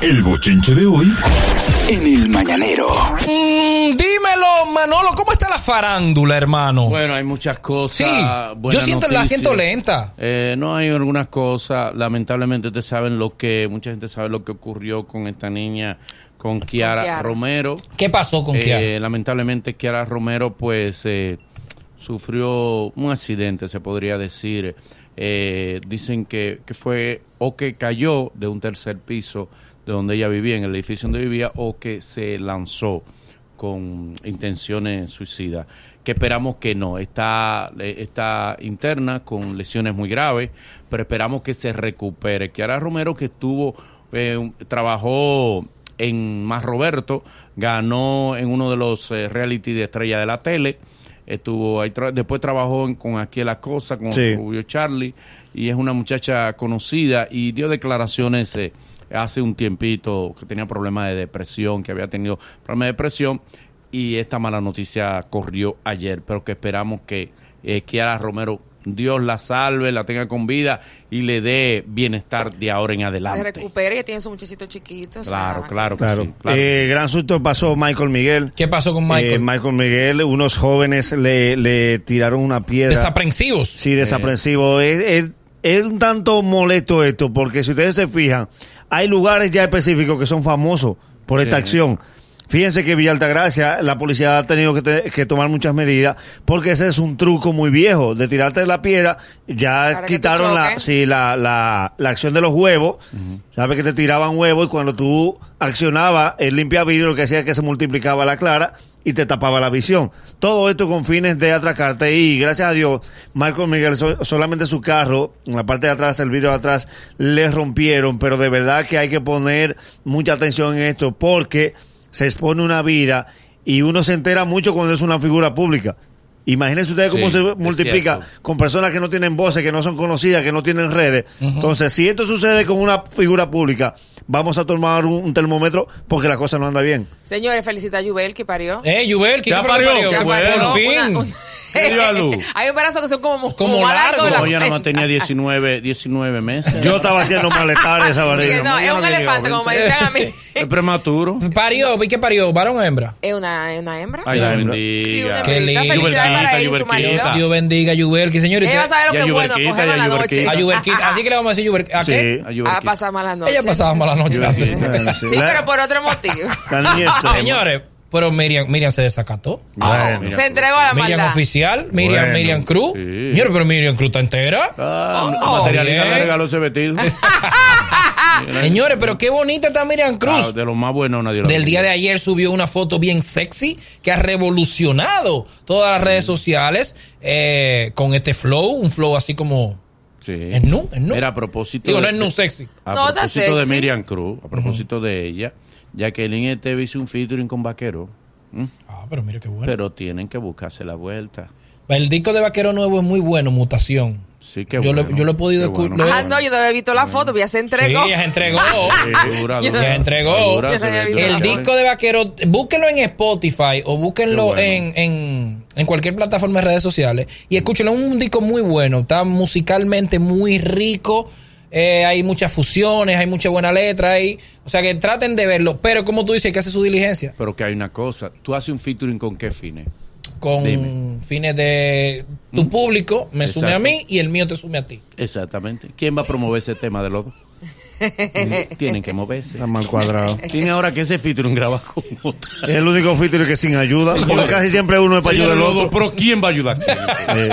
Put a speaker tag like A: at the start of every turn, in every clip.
A: El bochinche de hoy en el mañanero.
B: Mm, dímelo, Manolo, ¿cómo está la farándula, hermano?
C: Bueno, hay muchas cosas.
B: sí, yo
C: buenas
B: siento, la
C: noticias.
B: siento lenta.
C: Eh, no hay algunas cosas. Lamentablemente, ustedes saben lo que. Mucha gente sabe lo que ocurrió con esta niña, con Kiara,
D: Kiara.
C: Romero.
B: ¿Qué pasó con
C: Eh,
B: Kiara?
C: Lamentablemente, Kiara Romero, pues, eh, sufrió un accidente, se podría decir. Eh, dicen que, que fue o que cayó de un tercer piso de donde ella vivía, en el edificio donde vivía, o que se lanzó con intenciones suicidas. Que esperamos que no. Está, eh, está interna con lesiones muy graves, pero esperamos que se recupere. Kiara Romero, que estuvo, eh, un- trabajó en Más Roberto, ganó en uno de los eh, reality de estrella de la tele. Estuvo ahí tra- después trabajó en- con Aquí la Cosa, con
E: Sí.
C: Rubio Charlie, y es una muchacha conocida y dio declaraciones eh, hace un tiempito que tenía problemas de depresión, que había tenido problemas de depresión, y esta mala noticia corrió ayer, pero que esperamos que eh, Kiara Romero, Dios la salve, la tenga con vida y le dé bienestar de ahora en
D: se
C: adelante.
D: recupera y tiene su muchachito chiquito. o sea,
C: Claro, claro, que
E: Claro.
C: sí, claro.
E: Eh, gran susto pasó Michael Miguel.
B: ¿Qué pasó con
E: Eh,
B: Michael?
E: Michael Miguel, unos jóvenes le, le tiraron una piedra.
B: Desaprensivos.
E: Sí, desaprensivo. Es, es- es un tanto molesto esto, porque si ustedes se fijan, hay lugares ya específicos que son famosos por esta
C: Sí.
E: acción. Fíjense que Villa Altagracia, la policía ha tenido que, te- que tomar muchas medidas, porque ese es un truco muy viejo, de tirarte la piedra, ya
D: Para que te
E: quitaron la,
D: choque.
E: sí, la, la, la acción de los huevos, sabes que te tiraban huevos y cuando tú accionabas el limpiavidrio lo que hacía es que se multiplicaba la clara y te tapaba la visión. Todo esto con fines de atracarte y gracias a Dios, Marco Miguel, so- solamente su carro, en la parte de atrás, el vidrio de atrás, le rompieron, pero de verdad que hay que poner mucha atención en esto porque se expone una vida y uno se entera mucho cuando es una figura pública. Imagínense ustedes cómo
C: Sí,
E: se
C: es
E: multiplica
C: cierto.
E: con personas que no tienen voces, que no son conocidas, que no tienen redes. Entonces, si esto sucede con una figura pública, vamos a tomar un, un termómetro porque la cosa no anda bien.
D: Señores, felicita a Yubel que parió.
B: Eh, Yubel, ¿quién
C: Ya
B: fue que
C: parió,
B: parió?
C: qué
D: Ya
C: bueno.
B: Por
D: parió
B: fin.
D: una- un-
C: ¿Qué dio a luz?
D: Hay embarazos que son como,
B: Como largo.
D: de la
C: No, ella nada más
D: cuenta.
C: tenía 19, 19 meses.
E: Yo estaba haciendo malestar esa
D: Dije,
E: barriga.
D: no, es
C: yo no
D: un
C: había
D: elefante,
C: llegado
D: como
C: a
D: me dicen a mí.
C: Es prematuro.
B: Parió, ¿y qué parió? ¿Varón o hembra?
D: Es una, es una hembra.
C: Ay,
E: La
C: la
E: hembra.
D: Sí,
C: bendiga.
D: una
B: Qué
D: hembrita.
B: lindo.
D: Felicidades
C: Yubelquita,
D: para ella y su marido.
C: Yubelquita.
B: Dios bendiga, Yubel, que señor. y
D: Ella va a
B: usted-
D: saber
C: Y
D: lo
C: a
D: que es bueno
C: Yubelquita,
D: cogerla
C: y a
D: la noche.
C: Yubelquita.
B: a Yubelquita. Así que le vamos a decir Yubel. ¿A qué?
E: Sí. Ah,
D: A pasar malas noches.
B: Ella pasaba mala noche también.
E: Bueno,
D: Sí,
E: la-
D: pero por otro motivo.
E: la niña está-
B: Ah, Señores, pero Miriam, Miriam se desacató.
E: Bueno.
C: Mira,
D: Se entregó a Ah, la
B: Miriam
D: maldad.
B: oficial, Miriam,
E: Bueno,
B: Miriam Cruz.
C: sí.
B: Señores, pero Miriam Cruz está entera.
C: Ah,
D: Oh.
C: materialista
B: Bien. Ah,
C: le regaló ese vestido.
B: Señores, pero qué bonita está Miriam Cruz.
C: Ah, de lo más bueno nadie lo
B: del
C: vio.
B: día de ayer subió una foto bien sexy que ha revolucionado todas las redes sociales eh, con este flow, un flow así como
C: Sí.
B: es nu, es nu.
C: Era a propósito.
B: Digo, no
C: de-
B: es nu sexy.
C: A
D: No, está
C: propósito de
D: sexy.
C: Miriam Cruz, a propósito de ella, Jacqueline Esteve hizo un featuring con Vaquero, ¿m?
B: Ah, pero mira qué bueno.
C: pero tienen que buscarse la vuelta.
B: el disco de Vaquero Nuevo es muy bueno, Mutación.
C: Sí, que
B: Yo lo- yo lo he podido escu- lo he-
D: Ah, no, yo no había visto la foto, pero ya se entregó.
B: Sí, ya se entregó.
D: Ya
B: entregó. el disco de Vaquero, búsquenlo en Spotify o búsquenlo
C: Qué bueno.
B: en, en, en cualquier plataforma de redes sociales y escúchenlo. Es un disco muy bueno, está musicalmente muy rico. eh, hay muchas fusiones, hay mucha buena letra ahí. O sea que traten de verlo. Pero como tú dices, hay que hace su diligencia.
C: Pero que hay una cosa. ¿Tú haces un featuring con qué fines?
B: Con
C: Dime. Mm.
B: fines de tu público me sume a
C: Exacto.
B: mí y el mío te sume a ti.
C: Exactamente. ¿Quién va a promover ese tema de los dos? Tienen que moverse.
E: Está mal cuadrado.
C: Tiene ahora que ese featuring graba con otro.
E: Es el único feature que sin ayuda, porque casi siempre uno es para ayudar al
C: Señores, los
E: otro.
C: dos, Pero ¿quién va a ayudar?
E: Eh,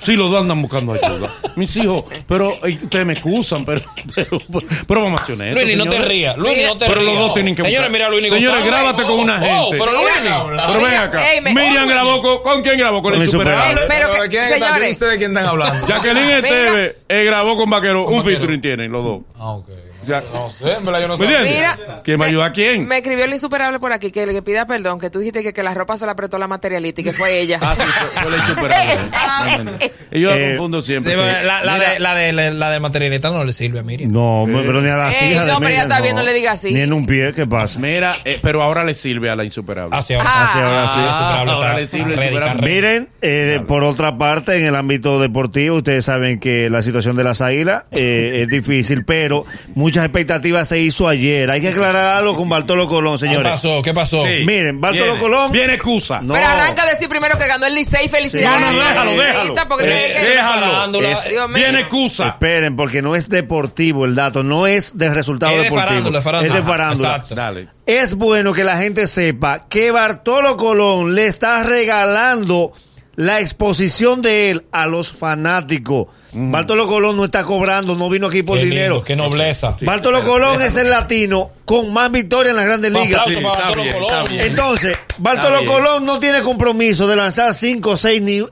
C: Si los dos andan buscando ayuda. Mis hijos, pero eh, ustedes me excusan, pero, pero, pero vamos a hacer esto,
B: Luini, no te
C: señores.
B: rías. Luini, no te
C: Pero los
B: rías.
C: dos tienen que
B: Señores,
C: buscar.
B: mira a Luini
C: Señores,
B: González.
C: grábate con una
B: Oh,
C: gente.
B: pero Luini.
D: Mira,
C: Pero ven acá.
D: Ey, me-
C: Miriam
D: oh,
C: grabó con, ¿con quién grabó? Con,
E: Con
C: el
E: el
C: superable.
E: superable.
D: Pero que,
F: ¿Quién está aquí?
D: señores,
F: ¿Ustedes de quién están hablando?
C: Jacqueline
D: Mira.
C: Esteve eh, grabó con Vaquero. Un featuring tienen los dos.
F: Ah, ok.
C: O sea,
F: No sé, en verdad yo no
C: ¿Me
F: sé.
C: entiendes?
D: Mira,
C: ¿Quién va a ayudar a quién?
D: me escribió el insuperable por aquí que le pida perdón, que tú dijiste que, que la ropa se la apretó la materialista y que fue ella.
C: Ah, sí, fue, fue el superable. Y yo la
E: Eh,
C: confundo siempre.
B: Sí,
C: sí.
B: la, la
C: Mira,
B: de, la, de, la, de materialista no le sirve a Miriam.
E: No, hombre, pero ni a la
D: Ey,
E: hija de
D: no, pero ya
E: Miriam,
D: está bien, no le diga así.
E: Ni en un pie, ¿qué pasa?
C: Mira, eh, pero ahora le sirve a la insuperable.
B: Hacia ahora.
D: Ah.
E: Así, ahora sí.
B: Superable
C: ahora
B: está-
C: le sirve,
B: está ready,
C: superable.
B: está ready.
E: Miren, eh, por otra parte, en el ámbito deportivo, ustedes saben que la situación de las águilas eh, es difícil, pero muchas expectativas se hizo ayer. Hay que aclarar algo con Bartolo Colón,
B: ¿Qué
E: señores.
B: Ah, pasó? ¿Qué pasó?
C: Sí.
E: Miren, Bartolo
C: Viene.
E: Colón-
C: Viene excusa.
E: No.
D: Pero arranca a decir primero que ganó el Licey. Felicidades.
E: No, no, déjalo,
C: déjalo.
D: Porque
B: Eh,
D: tiene que-
C: déjalo.
B: Farándula.
E: Es-
D: Dios mío.
C: Viene excusa.
E: Esperen, porque no es deportivo el dato, no es de resultado
B: Es de
E: deportivo.
B: farándula, farándula.
E: Es de farándula.
B: Ajá, exacto.
C: Dale.
E: Es bueno que la gente sepa que Bartolo Colón le está regalando la exposición de él a los fanáticos. Bartolo Colón no está cobrando, no vino aquí por
B: Qué lindo,
E: dinero.
B: Qué nobleza.
E: Bartolo Colón es el latino con más victorias en las grandes
B: Un
E: ligas.
B: aplauso
C: Sí,
B: para
C: está
B: Bartolo
C: bien,
B: Colón.
C: está bien.
E: Entonces, Bartolo
C: bien.
E: Colón no tiene compromiso de lanzar 5 o 6 ni...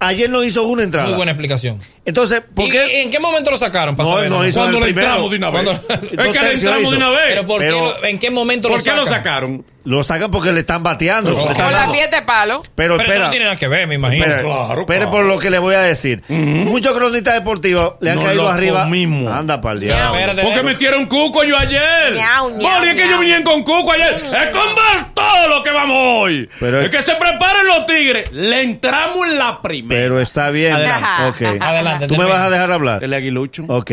E: Ayer no hizo una entrada.
B: Muy buena explicación.
E: Entonces, ¿por
B: ¿Y
E: qué?
B: en qué momento lo sacaron? para
E: No,
B: saber,
E: no
B: no?
E: hizo
C: Cuando
E: el
C: le
E: primero.
C: entramos de una vez.
E: Cuando-
C: Es que
E: Dos
C: le
E: tercios
C: entramos de
E: hizo.
C: una vez.
B: Pero, ¿por qué
E: Pero-
B: lo- ¿en qué momento
C: ¿Por qué
B: lo
C: lo
B: sacaron?
C: sacaron?
E: Lo sacan porque le están bateando.
B: No.
E: le están
D: Con la
E: dando.
D: fiesta de palo.
E: Pero,
B: Pero eso
E: espera,
B: no tiene nada que ver, me imagino.
E: espera,
C: claro,
E: espera
C: claro.
E: por lo que le voy a decir. Muchos cronistas deportivos le han
C: No
E: caído
C: lo
E: arriba.
C: comimos.
E: Anda para el
B: No,
E: diablo.
B: espérate,
C: Porque
B: déjame-
C: metieron cuco yo ayer.
D: Ñau, ñau,
C: Boli, es que
D: ñau.
C: yo vinieron con cuco ayer.
B: Mm.
C: Es con Bartolo que vamos hoy.
E: Pero-
C: es que se preparen los tigres. Le entramos en la primera.
E: Pero está bien.
D: Adelante.
E: Ok.
B: Adelante.
E: Tú me
B: termina.
E: vas a dejar hablar.
C: El aguilucho.
E: Ok.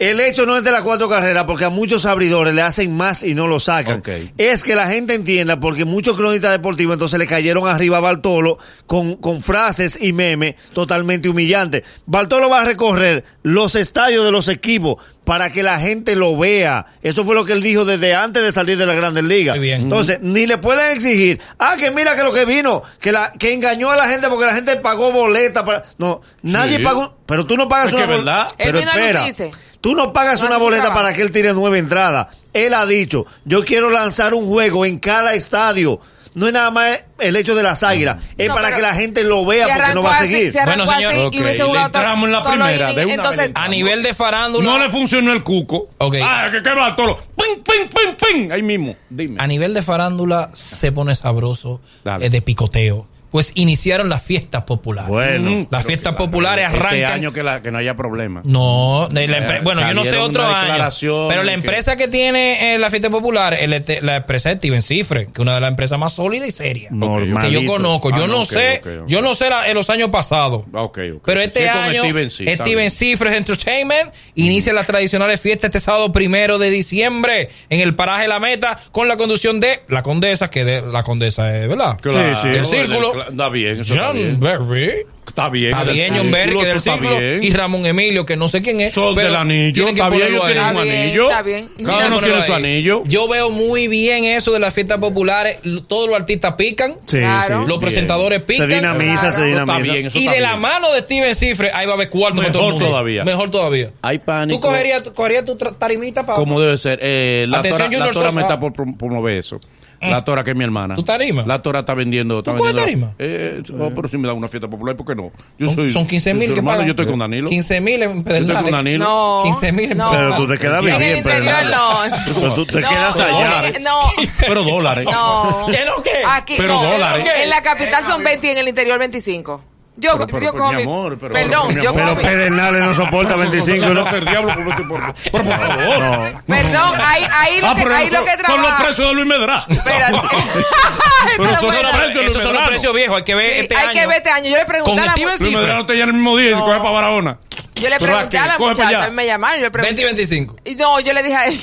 E: El hecho no es de las cuatro carreras, porque a muchos abridores le hacen más y no lo sacan.
C: Ok.
E: Es que la gente entienda, porque muchos cronistas deportivos entonces le cayeron arriba a Bartolo con, con frases y memes totalmente humillantes. Bartolo va a recorrer los estadios de los equipos para que la gente lo vea. Eso fue lo que él dijo desde antes de salir de la Grandes Ligas.
B: Muy bien.
E: Entonces, ni le pueden exigir, ah, que mira que lo que vino, que la que engañó a la gente porque la gente pagó boleta. Para... No, nadie pagó, pero tú no pagas
C: Es que
E: una bol-
C: verdad.
E: Pero
D: Él vino a
E: espera,
D: lucirse.
E: tú no pagas
D: No
E: una
D: hace su
E: boleta
D: trabajo.
E: para que él tire nueve entradas. Él ha dicho, yo quiero lanzar un juego en cada estadio. No es nada más el hecho de las águilas, es
D: No,
E: para
D: pero
E: que la gente lo vea
D: si
E: porque no
D: arrancó
E: va a
D: así,
E: seguir.
D: si arrancó
B: Bueno, señor,
D: así y
C: Mm. ok,
D: hubiese
C: le
D: jugado
C: entramos en la
D: todos los
C: primera, de
D: innings,
C: una vez le
D: entonces, ah,
C: entramos.
B: A nivel de farándula.
C: No le funcionó el cuco.
B: Ok.
C: Ah, que qué Bartolo. Ping, ping, ping, ping. Ahí mismo. Dime.
B: A nivel de farándula se pone sabroso
C: Dale.
B: eh, de picoteo. Pues iniciaron las fiestas populares.
E: Bueno,
B: las fiestas populares
C: este
B: arrancan.
C: año que, la- que no haya problema.
B: No, de la empre-
C: Eh,
B: bueno, yo no sé
C: salieron
B: otro
C: unas
B: año.
C: declaraciones
B: Pero la
C: que-
B: empresa que, tiene eh, la fiesta popular, el este- la empresa de Steven Cifre, que es una de las empresas más sólidas y serias que
E: Normalito.
B: yo conozco.
C: Ah,
B: yo
C: no,
B: no
C: ok,
B: sé,
C: ok, ok.
B: yo no sé la- en los años pasados.
C: Ah, ok, ok.
B: Pero este
C: Sí, con
B: año, Steven,
C: Steven sí, está bien.
B: Cifres Entertainment inicia las tradicionales fiestas este sábado primero de diciembre en el paraje La Meta con la conducción de la condesa, que de, la condesa es, ¿verdad?
C: Claro,
E: sí.
B: El círculo.
C: cla- Está bien. eso está
B: John
C: bien.
B: Berry.
C: Está bien.
B: Está
C: el
B: bien, John
C: círculo,
B: Berry, que
C: eso
B: del
C: está
B: círculo.
C: bien.
B: Y Ramón Emilio, que no sé quién es.
C: Sol del anillo.
B: tienen que
C: Está bien,
B: ponerlo
C: ellos
B: ahí.
C: tienen un
D: Está bien,
C: anillo.
D: está bien.
C: Cada
B: Tienen
C: uno
B: que
C: tiene su
B: ponerlo ahí.
C: anillo.
B: Yo veo muy bien eso de las fiestas populares. L- Todos los artistas pican.
E: Sí,
D: Claro.
E: sí.
B: Los presentadores
E: Se
B: pican.
E: dinamiza, se
C: Eso
D: Claro.
C: está
E: dinamiza.
C: bien. eso
B: Y
C: está
B: de la
C: bien.
B: mano de Steven Cifre, ahí va a haber cuarto para
C: Mejor
B: todo el mundo.
C: todavía.
B: Mejor todavía.
C: Hay pánico.
B: ¿Tú cogerías, tú cogerías tu tra- tarimita para.
C: Como debe ser. Eh, la
B: Atención,
C: Tora, la
B: Junior
C: tora
B: Sosa. Eh.
C: me está por prom- promover eso. La Tora, que es mi hermana.
B: ¿Tú tarima?
C: La Tora está vendiendo. Está
B: ¿Tú coges
C: vendiendo-
B: tarima?
C: Eh, oh, pero si me da una fiesta popular, ¿por qué no? Yo
B: Son-
C: soy.
B: son 15
C: yo soy
B: mil que
C: hermano,
B: pagan.
C: Yo estoy con Danilo.
B: 15 mil en
C: yo estoy con
B: Pedernales.
C: Danilo.
D: No.
B: 15.000
D: no.
E: Pero tú te quedas
D: En el
E: bien, pero
D: interior no.
E: Pero tú te
D: No,
E: quedas allá.
D: eh, No.
C: Pero dólares.
D: No.
B: ¿Qué no qué?
D: Aquí,
C: Pero
D: no,
C: dólares.
D: En la capital son 20 y en el interior 25. Yo,
C: Pero, pero,
D: yo
C: pero,
D: como
C: mi
D: mi-
C: amor, pero-
D: perdón,
C: pero, mi
D: yo
C: amor.
D: como
E: Pero
D: mi-
E: Pedernales no soporta 25.
C: No
E: ¿no?
C: hacer diablo, por, por- por- por favor.
E: No.
D: Perdón, ahí, ahí lo
C: Ah,
D: que,
C: pero
D: ahí
C: son,
D: lo que
C: son los
D: trabaja.
C: precios de Luis Medra.
D: Espérate.
C: Pero
D: Está
C: son
D: buena.
C: los precios.
B: Esos son los
C: Luis
B: precios viejos. Hay que ver
D: Sí,
B: este
D: hay
B: año.
D: que ver este año. Yo le pregunté
B: Con
D: a la
B: Steven
D: mu-
C: Luis
B: Cifre.
C: Medra no te llena el mismo día y se coge para Barahona.
D: Yo le
C: Pero
D: pregunté
C: aquí,
D: a la
C: coge para allá.
D: muchacha, me llamaron y le
B: 20
D: pregunté.
B: y 25.
D: Y No, yo le dije a él.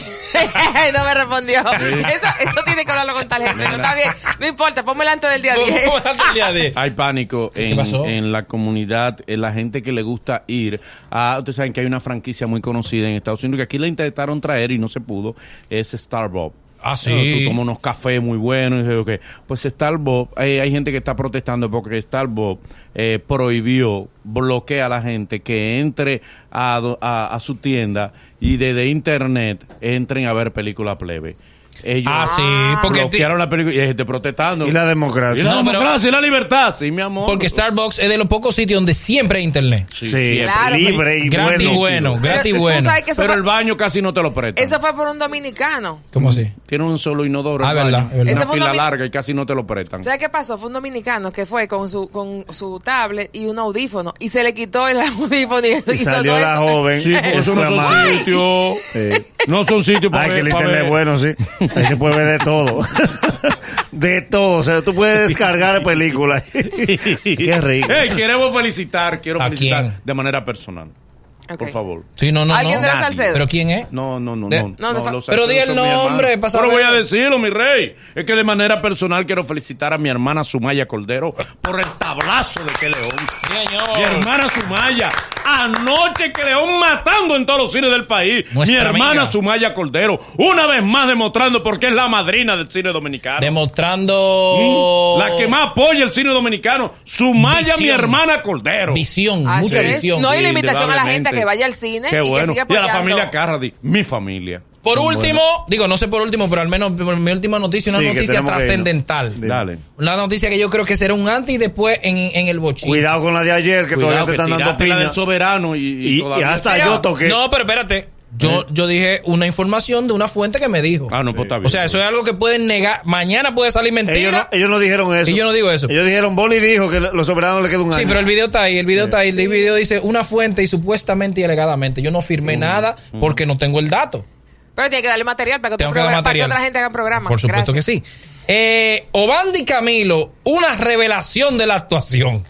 D: no me respondió. Eso, eso tiene que hablarlo con tal gente. No está bien. No importa, pónmela antes del día 10.
B: ¿Cómo era el día de-
C: Hay pánico en,
B: pasó?
C: en la comunidad, en la gente que le gusta ir a... Ustedes saben que hay una franquicia muy conocida en Estados Unidos que aquí la intentaron traer y no se pudo. Es Starbucks.
B: Ah, sí.
C: Eh, Tú tomas unos cafés muy buenos y dices, ok. Pues Starbucks, eh, hay gente que está protestando porque Starbucks eh, prohibió, bloquea a la gente que entre a, do- a- a su tienda y desde internet entren a ver película plebe. Ellos
B: Ah, sí, porque ti-
C: bloquearon la película y hay gente protestando.
E: Y la
C: Y
E: democracia.
C: la
B: No, pero-
C: democracia y la libertad, sí, mi amor.
B: Porque Starbucks es de los pocos sitios donde siempre hay internet.
C: Sí,
E: Sí,
C: siempre.
D: Claro,
E: libre y
B: gratis y
E: bueno.
B: bueno,
D: Pero
B: gratis y
D: tú
B: bueno.
D: sabes que eso,
C: Pero el
D: fue,
C: baño casi no te lo presta.
D: eso fue por un dominicano.
B: ¿Cómo así?
C: Tiene un solo inodoro.
B: Ah,
C: el
B: verdad,
C: baño,
B: es verdad.
D: Ese
C: Una
D: fue un
C: fila
D: domi-
C: larga y casi no te lo prestan.
D: ¿Sabes qué pasó? Fue un dominicano que fue con su, con su tablet y un audífono. Y se le quitó el audífono y,
E: Y
D: hizo
E: salió
D: todo
E: la
D: eso.
E: joven.
C: Sí, porque eso no
E: exclamando.
C: son sitios.
E: Eh,
C: No son sitios para
E: Ay, que
C: ver-
E: el
C: para
E: internet
C: ver.
E: es bueno, sí. Ahí se puede ver de todo. De todo. O sea, tú puedes descargar películas. Qué rico.
C: Ey, queremos felicitar, quiero
B: ¿A
C: felicitar
B: quién?
C: de manera personal
D: Ok.
C: por favor.
B: Sí, no, no, no.
D: ¿Alguien de la
C: Nadie.
D: Salcedo?
B: ¿Pero quién es?
C: No, no, no,
B: De-
C: no.
D: No, no, fa-
C: los
B: Pero di
C: Salcedos
B: el
C: son mi
B: nombre,
C: hermano.
B: pa'
C: Pero voy
B: saber.
C: a decirlo, mi rey. Es que de manera personal quiero felicitar a mi hermana Sumaya Cordero por el tablazo de que León.
B: Oh.
C: Mi hermana Sumaya, anoche que León matando en todos los cines del país.
B: Nuestra
C: mi hermana
B: amiga.
C: Sumaya Cordero, una vez más demostrando por qué es la madrina del cine dominicano.
B: Demostrando.
C: Mm, La que más apoya el cine dominicano, Sumaya,
B: Oh. Visión.
C: mi hermana Cordero.
B: Visión,
D: Así
B: mucha
D: es.
B: visión.
D: No hay limitación a la gente a
C: Indudablemente.
D: que vaya al cine
C: Qué
D: y que
C: bueno.
D: siga
C: y a la
D: apoyando.
C: familia Carradi, mi familia.
B: Por último, digo, no sé por último, pero al menos por mi última noticia, una
E: Sí, que
B: noticia
E: tenemos que irnos.
B: trascendental.
E: Dime.
C: Dale.
B: Una noticia que yo creo que será un antes y después en, en el bochín.
E: Cuidado con la de ayer, que todavía te están dando
C: tiraste la
E: piña.
C: del soberano y, y
E: Y, y
C: todavía-
E: hasta
D: Pero-
E: yo toqué.
B: No, pero espérate. Yo, yo dije una información de una fuente que me dijo.
C: Eh. Ah, no, pues está bien.
B: o sea, eso es algo que pueden negar. Mañana puede salir
E: ellos, no,
B: mentira.
E: ellos no dijeron eso.
B: Y yo no digo eso.
E: Ellos dijeron, Boli dijo que los soberanos le queda un año.
B: Sí, pero el video está ahí, el video
C: Eh.
B: está ahí, el video dice una fuente y supuestamente y alegadamente. Yo no firmé nada
C: Mm.
B: porque no tengo el dato.
D: Pero tiene que darle material para que, otro
B: Tengo que dar
D: programa- para que
B: material.
D: otra gente haga programa.
B: Por supuesto que sí. Eh, Obandi Camilo, una revelación de la actuación.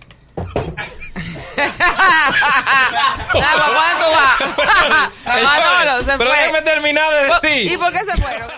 D: ¿Cuándo va? Manolo, se
B: Pero
D: fue.
B: déjame terminar de
D: ¿Y
B: decir.
D: por qué se fueron?